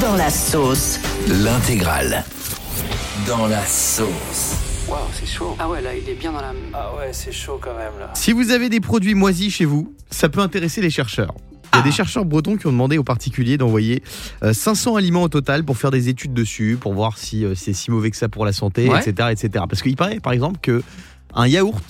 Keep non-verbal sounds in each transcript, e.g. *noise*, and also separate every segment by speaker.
Speaker 1: Dans la sauce.
Speaker 2: L'intégrale. Dans la sauce.
Speaker 3: Waouh, c'est chaud.
Speaker 4: Ah ouais, là, il est bien dans la.
Speaker 3: Ah ouais, c'est chaud quand même là.
Speaker 5: Si vous avez des produits moisis chez vous, ça peut intéresser les chercheurs. Il y
Speaker 6: Ah.
Speaker 5: a des chercheurs bretons qui ont demandé aux particuliers d'envoyer euh, 500 aliments au total pour faire des études dessus, pour voir si euh, c'est si mauvais que ça pour la santé,
Speaker 2: Ouais.
Speaker 5: etc., etc. Parce qu'il paraît, par exemple, que un yaourt,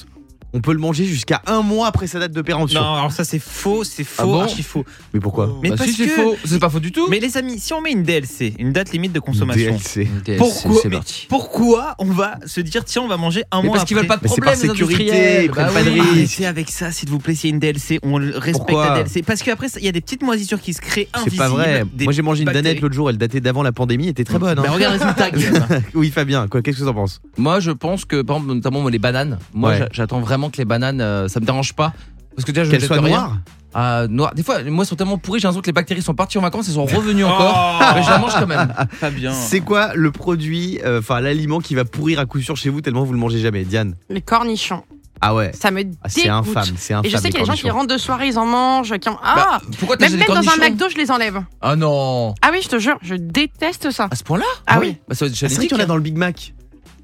Speaker 5: on peut le manger jusqu'à un mois après sa date de péremption.
Speaker 6: Non, alors ça c'est faux, c'est faux,
Speaker 2: Ah bon
Speaker 6: archi faux.
Speaker 5: Mais pourquoi
Speaker 6: Mais
Speaker 2: Bah
Speaker 6: parce
Speaker 2: si, c'est
Speaker 6: que-
Speaker 2: faux. C'est pas faux du tout.
Speaker 6: Mais les amis, si on met une DLC, une date limite de consommation,
Speaker 5: DLC.
Speaker 2: Ok,
Speaker 6: pourquoi,
Speaker 2: c'est- C'est
Speaker 6: mais
Speaker 2: parti.
Speaker 6: pourquoi on va se dire tiens on va manger un
Speaker 2: Mais
Speaker 6: mois
Speaker 2: parce qu'ils veulent
Speaker 6: après
Speaker 2: pas de
Speaker 5: Mais c'est
Speaker 2: problème.
Speaker 5: par
Speaker 2: les
Speaker 5: sécurité,
Speaker 2: industriels.
Speaker 5: ils prennent
Speaker 2: Bah
Speaker 5: pas de
Speaker 2: oui.
Speaker 5: risque.
Speaker 6: Ah Arrêtez avec ça, s'il vous plaît, c'est une DLC, on le respecte
Speaker 5: Pourquoi
Speaker 6: la DLC. Parce qu'après, ça- il y a des petites moisissures qui se créent
Speaker 5: C'est
Speaker 6: invisibles.
Speaker 5: pas vrai.
Speaker 6: des
Speaker 5: Moi j'ai mangé une
Speaker 6: bactéries.
Speaker 5: danette l'autre jour, elle datait d'avant la pandémie, elle était très bonne. hein.
Speaker 6: Bah, regarde son tag.
Speaker 5: *laughs* oui Fabien, quoi, qu'est-ce que t'en penses
Speaker 2: Moi, je pense que, par exemple, notamment moi, les bananes. Moi,
Speaker 5: Ouais.
Speaker 2: j'a- j'attends vraiment que les bananes, euh, ça me dérange pas. Parce que déjà, je
Speaker 5: Qu'elle
Speaker 2: jette
Speaker 5: soit
Speaker 2: rien.
Speaker 5: noire
Speaker 2: Ah, noir. Des fois, moi, elles sont tellement pourries, j'ai l'impression que les bactéries sont parties en vacances, elles sont
Speaker 6: *laughs*
Speaker 2: revenues
Speaker 5: Oh.
Speaker 2: encore. Mais je la mange quand même.
Speaker 6: Oh,
Speaker 5: Ah.
Speaker 6: pas bien.
Speaker 5: C'est quoi le produit, euh, enfin l'aliment qui va pourrir à coup sûr chez vous tellement vous le mangez jamais Diane
Speaker 4: Les cornichons.
Speaker 5: Ah ouais
Speaker 4: Ça me
Speaker 5: Ah,
Speaker 4: dégoûte.
Speaker 5: c'est infâme, c'est infâme.
Speaker 4: Et je sais qu'il y a des gens qui
Speaker 5: cornichons. Bah,
Speaker 4: rentrent de soirée, ils en mangent, qui en. Ah
Speaker 2: Bah, Pourquoi t'as
Speaker 4: Même,
Speaker 2: des
Speaker 4: même dans un
Speaker 2: cornichons
Speaker 4: McDo, je les enlève.
Speaker 2: Ah non
Speaker 4: Ah oui, je te jure, je déteste ça.
Speaker 2: À ce point-là
Speaker 4: Ah oui.
Speaker 2: Bah, ça doit être
Speaker 5: Ah, C'est vrai
Speaker 2: génétique,
Speaker 5: qu'il y en a
Speaker 2: hein.
Speaker 5: dans le Big Mac.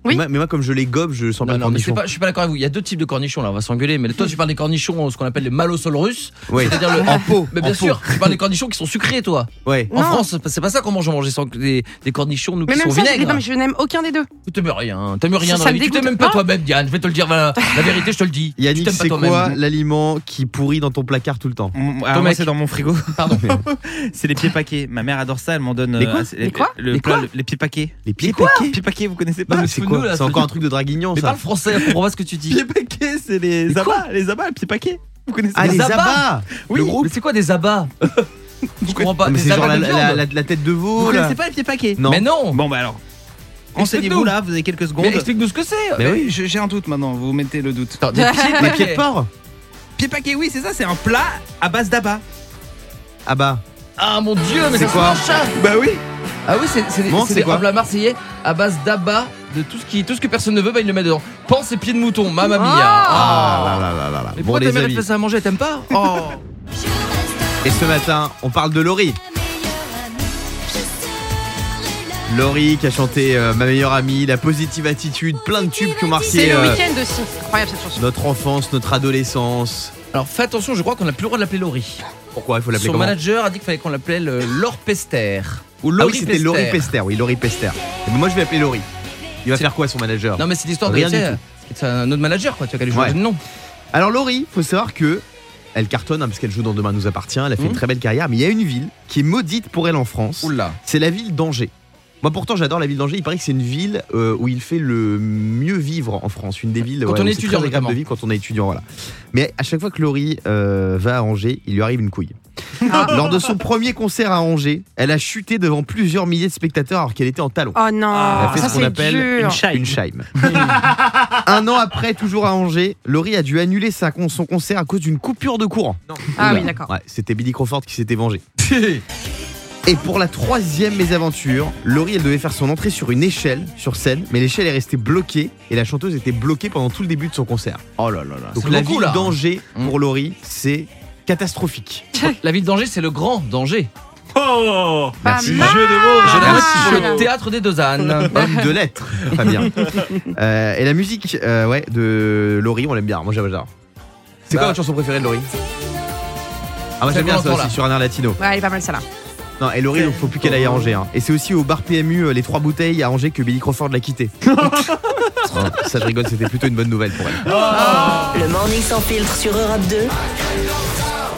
Speaker 4: Oui.
Speaker 5: Mais moi- Mais moi, comme je les gobe, je sens
Speaker 2: Non,
Speaker 5: pas le
Speaker 2: non, mais je suis
Speaker 5: cornichon.
Speaker 2: pas, je suis pas d'accord avec vous. Il y a deux types de cornichons là, on va s'engueuler. Mais toi, tu parles des cornichons, euh, ce qu'on appelle les malosols russes. *laughs*
Speaker 5: Ouais.
Speaker 2: C'est-à-dire le.
Speaker 5: En pot.
Speaker 2: Mais bien
Speaker 5: en pot.
Speaker 2: sûr, tu parles des cornichons qui sont sucrés, toi.
Speaker 5: Ouais.
Speaker 2: En
Speaker 4: Non.
Speaker 2: France, c'est pas ça qu'on mange. On mange des, des- des cornichons, nous,
Speaker 4: Mais
Speaker 2: qui
Speaker 4: même
Speaker 2: sont
Speaker 4: ça, je, les-
Speaker 2: vinaigres.
Speaker 4: non, mais je n'aime aucun des deux.
Speaker 2: Tu T'aimes rien, t'aimes rien
Speaker 4: Ça,
Speaker 2: dans
Speaker 4: ça
Speaker 2: la
Speaker 4: me
Speaker 2: vie. Tu t'aimes
Speaker 4: dégoûte.
Speaker 2: même pas
Speaker 4: Non.
Speaker 2: toi-même, Diane. Je vais te le dire, la, la vérité, je te le dis. tu
Speaker 5: Yannick,
Speaker 2: t'aimes pas
Speaker 5: c'est quoi
Speaker 2: toi-même.
Speaker 5: l'aliment qui pourrit dans ton placard tout le temps
Speaker 6: Mon- alors,
Speaker 2: Ton
Speaker 6: moi,
Speaker 2: mec.
Speaker 6: c'est dans mon frigo.
Speaker 2: Pardon.
Speaker 6: *laughs* c'est les pieds paquets. Ma mère adore ça, elle m'en donne.
Speaker 5: Les quoi
Speaker 6: c'est-
Speaker 4: Les quoi
Speaker 6: le
Speaker 2: Les
Speaker 6: plat,
Speaker 2: quoi
Speaker 6: le- les pieds paquets.
Speaker 5: Les pieds
Speaker 6: Les
Speaker 5: paquets
Speaker 6: pieds paquets, vous connaissez
Speaker 5: Non,
Speaker 6: pas
Speaker 5: mais c'est
Speaker 2: fous-nous,
Speaker 5: quoi
Speaker 2: Ah, là,
Speaker 5: C'est
Speaker 2: ce
Speaker 5: encore
Speaker 2: truc.
Speaker 5: un truc de draguignon,
Speaker 2: Mais
Speaker 5: ça.
Speaker 2: parle français, on comprend pas ce que tu dis.
Speaker 6: Pieds paquets, c'est les
Speaker 2: Mais
Speaker 6: abats. Les abats, les pieds paquets. Vous connaissez
Speaker 5: Ah,
Speaker 6: pas
Speaker 5: les
Speaker 2: abats
Speaker 5: abats
Speaker 6: Oui,
Speaker 5: Le groupe
Speaker 2: Mais c'est quoi des abats Je comprends pas.
Speaker 5: Ah, Mais
Speaker 2: des
Speaker 5: c'est genre
Speaker 2: abats
Speaker 5: la,
Speaker 2: de
Speaker 5: la-
Speaker 2: viande
Speaker 5: la- la tête de
Speaker 6: Vous
Speaker 5: veau, là.
Speaker 6: connaissez pas les pieds paquets
Speaker 5: Non.
Speaker 2: Mais non
Speaker 6: Bon bah alors, renseignez-vous là, vous avez quelques secondes.
Speaker 2: Mais explique-nous ce que c'est
Speaker 5: Mais
Speaker 2: *laughs*
Speaker 5: oui.
Speaker 6: j'ai un doute maintenant, vous mettez le doute.
Speaker 2: Attends,
Speaker 4: *laughs*
Speaker 2: des pieds
Speaker 5: Les pieds de porc
Speaker 6: Pieds paquets, oui, c'est ça, c'est un plat à base d'abats.
Speaker 5: Ah bah.
Speaker 2: Ah mon dieu, mais
Speaker 5: C'est
Speaker 2: ça se
Speaker 5: quoi
Speaker 2: mange, ça
Speaker 6: Bah oui
Speaker 2: Ah oui, c'est c'est des,
Speaker 5: Bon,
Speaker 2: c'est
Speaker 5: c'est
Speaker 2: des
Speaker 5: quoi
Speaker 2: remblats marseillais à base d'abats, de tout ce, qui, tout ce que personne ne veut, bah il le met dedans. Pense et pieds de mouton, mamma mia
Speaker 5: Ah
Speaker 2: Ah.
Speaker 5: là là là là.
Speaker 2: Mais
Speaker 5: bah, Bon,
Speaker 2: pourquoi ta
Speaker 5: les
Speaker 2: mère elle te
Speaker 5: amis.
Speaker 2: fait ça à manger, elle t'aime
Speaker 5: *laughs*
Speaker 2: pas Oh
Speaker 5: Et ce matin, on parle de Laurie. Laurie qui a chanté euh, Ma meilleure amie, La positive attitude, plein de tubes qui ont marqué
Speaker 4: C'est le
Speaker 5: euh,
Speaker 4: week-end aussi. Incroyable cette chanson.
Speaker 5: notre enfance, notre adolescence.
Speaker 2: Alors fais attention, je crois qu'on n'a plus le droit de l'appeler Laurie.
Speaker 5: Pourquoi il faut l'appeler
Speaker 2: Son
Speaker 5: comment
Speaker 2: manager a dit qu'il fallait qu'on l'appelle euh, Laure Pester.
Speaker 5: Ou Laurie,
Speaker 2: Ah oui,
Speaker 5: c'était
Speaker 2: Pester.
Speaker 5: Laurie Pester, oui, Laurie Pester. Et ben moi, je vais appeler Laurie. Il va faire quoi, son manager
Speaker 2: Non mais c'est l'histoire de
Speaker 5: Rien
Speaker 2: tu sais,
Speaker 5: du
Speaker 2: C'est un autre manager quoi, tu vois qu'elle lui changer
Speaker 5: Ouais.
Speaker 2: de nom.
Speaker 5: Alors, Laurie, faut savoir que elle cartonne, hein, parce qu'elle joue dans Demain nous appartient, elle a fait
Speaker 2: Mhm.
Speaker 5: une très belle carrière, mais il y a une ville qui est maudite pour elle en France.
Speaker 2: Oula.
Speaker 5: C'est la ville d'Angers. Moi, pourtant, j'adore la ville d'Angers. Il paraît que c'est une ville euh, où il fait le mieux vivre en France. Une des villes
Speaker 2: Quand
Speaker 5: ouais,
Speaker 2: on
Speaker 5: où
Speaker 2: est
Speaker 5: c'est
Speaker 2: étudiant,
Speaker 5: très agréable de
Speaker 2: notamment.
Speaker 5: vivre quand on est étudiant. Voilà. Mais à chaque fois que Laurie euh, va à Angers, il lui arrive une couille.
Speaker 4: Ah.
Speaker 5: Lors de son premier concert à Angers, elle a chuté devant plusieurs milliers de spectateurs alors qu'elle était en talons.
Speaker 4: Oh non,
Speaker 6: Ah,
Speaker 5: Bah, Elle a fait
Speaker 4: ça
Speaker 5: ce qu'on
Speaker 4: c'est
Speaker 5: appelle
Speaker 4: dur.
Speaker 6: chaîne.
Speaker 5: Une chime. Un an après, toujours à Angers, Laurie a dû annuler sa con- son concert à cause d'une coupure de courant.
Speaker 4: Ah oui,
Speaker 5: Oula.
Speaker 4: d'accord.
Speaker 5: Ouais, c'était Billy Crawford qui s'était vengé. Et pour la troisième mésaventure, Laurie, elle devait faire son entrée sur une échelle, sur scène, mais l'échelle est restée bloquée et la chanteuse était bloquée pendant tout le début de son concert.
Speaker 2: Oh là là là.
Speaker 5: Donc la ville
Speaker 2: danger.
Speaker 5: d'Angers
Speaker 2: Mm.
Speaker 5: pour Laurie, c'est catastrophique.
Speaker 2: La ville danger, c'est le grand danger.
Speaker 6: Oh
Speaker 4: Pas
Speaker 5: Merci.
Speaker 4: mal.
Speaker 6: Jeu de mots,
Speaker 2: Je
Speaker 6: jeu de mots.
Speaker 4: Ah,
Speaker 2: reste sur
Speaker 4: voilà.
Speaker 2: le théâtre des deux ânes.
Speaker 5: *laughs* Homme de lettres, Fabien. Euh, et la musique euh, ouais, de Laurie, on l'aime bien. Moi, j'adore. C'est
Speaker 2: Bah,
Speaker 5: quoi votre chanson préférée de Laurie Ah, moi
Speaker 2: Ça
Speaker 5: j'aime bien
Speaker 2: commence
Speaker 5: ça
Speaker 2: par
Speaker 5: aussi,
Speaker 2: là.
Speaker 5: sur un air latino.
Speaker 4: Ouais, elle est pas mal celle-là.
Speaker 5: Non, et Laurie, il faut plus qu'elle aille à Angers. hein. Et c'est aussi au bar PMU, euh, les trois bouteilles à Angers, que Billy Crawford l'a quitté. Oh, ça, je rigole, c'était plutôt une bonne nouvelle pour elle.
Speaker 1: Le morning sans filtre sur Europe 2.